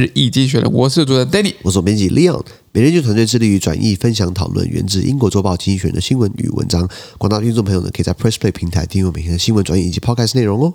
是易经学人，我是主持人 Danny。我是总编辑 Leon。每日研究团队致力于转译、分享、讨论源自英国《周报》精选的新闻与文章。广大听众朋友呢，可以在 Press Play 平台订阅每天的新闻转译以及 Podcast 内容哦。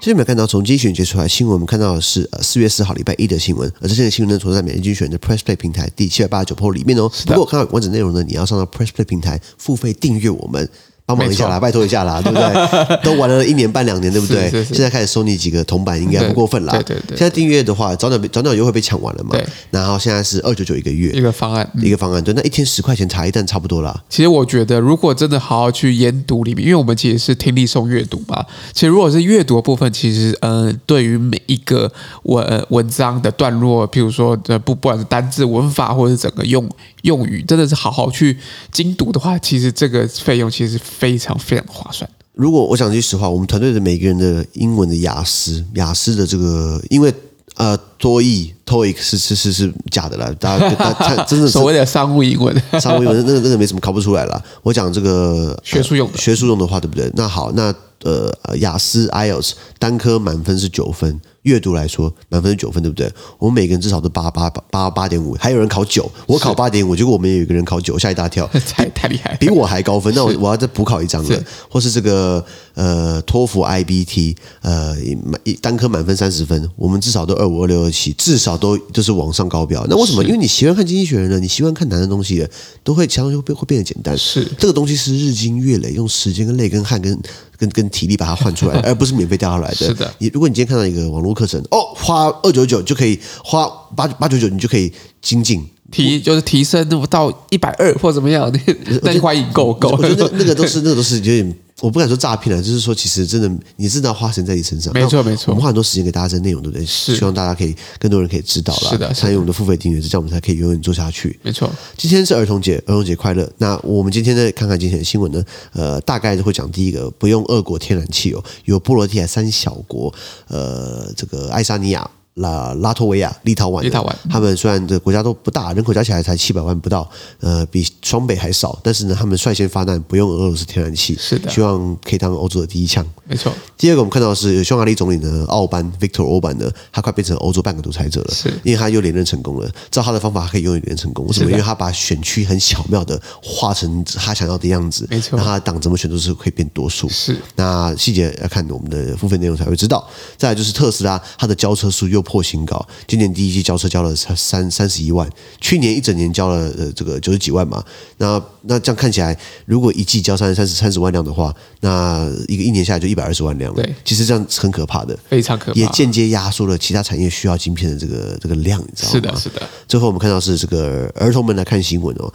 其实没有看到从精选截出来的新闻，我们看到的是呃四月四号礼拜一的新闻，而这些新闻呢，存在每日精选的 Press Play 平台第七百八十九 p 里面哦。不过我看到完整内容呢，你要上到 Press Play 平台付费订阅我们。帮忙一下啦，拜托一 下啦，对不对？都玩了一年半两年，对不是对？是是现在开始收你几个铜板，应该对不过分啦。对对对现在订阅的话，早鸟早鸟优惠被抢完了嘛对？嗯然后现在是二九九一个月一个方案，一个方案，对，那一天十块钱茶叶蛋差不多啦。其实我觉得，如果真的好好去研读里面，因为我们其实是听力送阅读嘛。其实如果是阅读的部分，其实嗯、呃对于每一个文、呃文章的段落，譬如说呃不不管是单字、文法，或者是整个用用语，真的是好好去精读的话，其实这个费用其实非常非常划算。如果我讲句实话，我们团队的每个人的英文的雅思，雅思的这个，因为呃，多译 TOEIC 是是是是假的啦，大家 大家真的是所 谓的商务英文，商务英文那个那个没什么考不出来啦。我讲这个呃学术用的学术用的话，对不对？那好，那呃呃雅思 IELTS 单科满分是九分，阅读来说满分是九分，对不对？我们每个人至少都八八八八点五，还有人考九，我考八点五，结果我们有一个人考九，吓一大跳。太太厉害了， 比我还高分，那我我要再补考一张了是，或是这个呃托福 IBT 呃满一单科满分三十分，我们至少都二五二六二七，至少都就是往上高标。那为什么？因为你习惯看经济学人了，你习惯看难的东西了，都会常常就会会变得简单。是这个东西是日积月累，用时间跟泪跟汗跟跟跟体力把它换 出来的，而不是免费掉下来的。是的你如果你今天看到一个网络课程，哦，花二九九就可以，花八八九九你就可以精进。提就是提升到一百二或怎么样， 那那就欢迎够够呃我。觉得那那个都是那个都是有点，我不敢说诈骗了，就是说其实真的你真的要花时间在你身上。没错那没错我们花很多时间给大家这内容，对不对？希望大家可以更多人可以知道是啦，的是的参与我们的付费订阅，这样我们才可以永远做下 去。没错，今天是儿童节，儿童节快乐。那我们今天呢，看看今天的新闻呢，呃，大概就会讲第一个，不用俄国天然气哦，有波罗的海三小国，呃，这个爱沙尼亚。拉拉脱维亚、立陶宛的，立陶宛他们虽然这国家都不大，人口加起来才七百万不到，呃，比双北还少，但是呢，他们率先发难，不用俄罗斯天然气，是的希望可以当欧洲的第一枪。没错，第二个，我们看到的是匈牙利总理呢，奥班 Victor Orban 呢，他快变成欧洲半个独裁者了，是因为他又连任成功了。照他的方法，他可以永远连任成功。为什是么？的因为他把选区很巧妙的画成他想要的样子，没错那他的党怎么选都是可以变多数。是那细节要看我们的付费内容才会知道。再来就是特斯拉，它的交车数又破新高，今年第一季交车交了三三三十一万，去年一整年交了呃这个九十几万嘛。那那这样看起来，如果一季交三三十三十万辆的话，那一个一年下来就一百二十万辆了。对其实这样是很可怕的，非常可怕。也间接压缩了其他产业需要晶片的这个这个量，你知道吗？是的，是的，最后我们看到是这个儿童们来看新闻哦，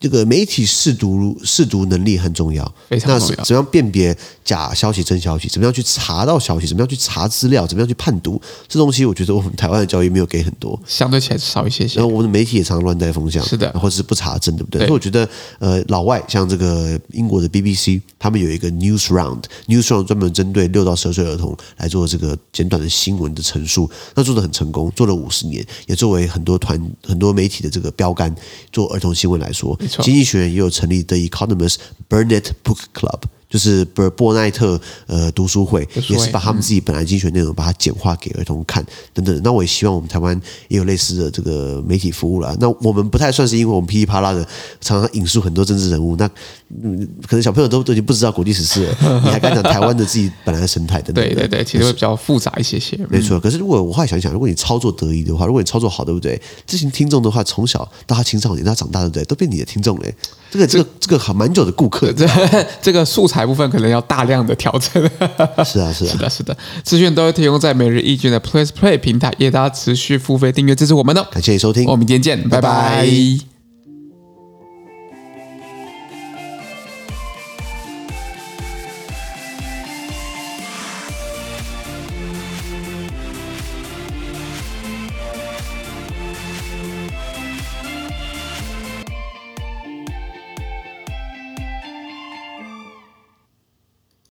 这个媒体试读试读能力很重要，非常重要那怎么样辨别假消息、真消息？怎么样去查到消息？怎么样去查资料？怎么样去判读？这东西我觉得我们台湾的教育没有给很多。相对起来少一些些然。后我们的媒体也常乱带风向，是的或者是不查证，对不对？对所以我觉得，呃，老外像这个英国的 BBC，他们有一个 News Round，News Round 专门针对六到十二岁儿童来做这个简短的新闻的陈述，那做的很成功，做了五十年，也作为很多团很多媒体的这个标杆，做儿童新闻来说，没错经济学人也有成立 The Economist Burnett Book Club。就是伯伯奈特呃读书会，读书会也是把他们自己本来精选内容，把它简化给儿童看等等。那我也希望我们台湾也有类似的这个媒体服务啦。那我们不太算是，因为我们噼里啪啦的常常引述很多政治人物，那、嗯、可能小朋友都都已经不知道国际时 事了，你还敢讲台湾的自己本来的生态等等对对的对，其实会比较复杂一些些。没错，可是如果我后来想一想，如果你操作得宜的话，如果你操作好，对不对？这些听众的话，从小到他青少年，到他长大，对不对？都变你的听众嘞。这个这个这个好蛮久的顾 客， 这这个素材部分可能要大量的调整。 是啊是是啊。的，是的，资讯都会提供在每日一卷的 Plus Play 平台，也大家持续付费订阅支持我们哦。感谢你收听我，们明天见，拜拜拜拜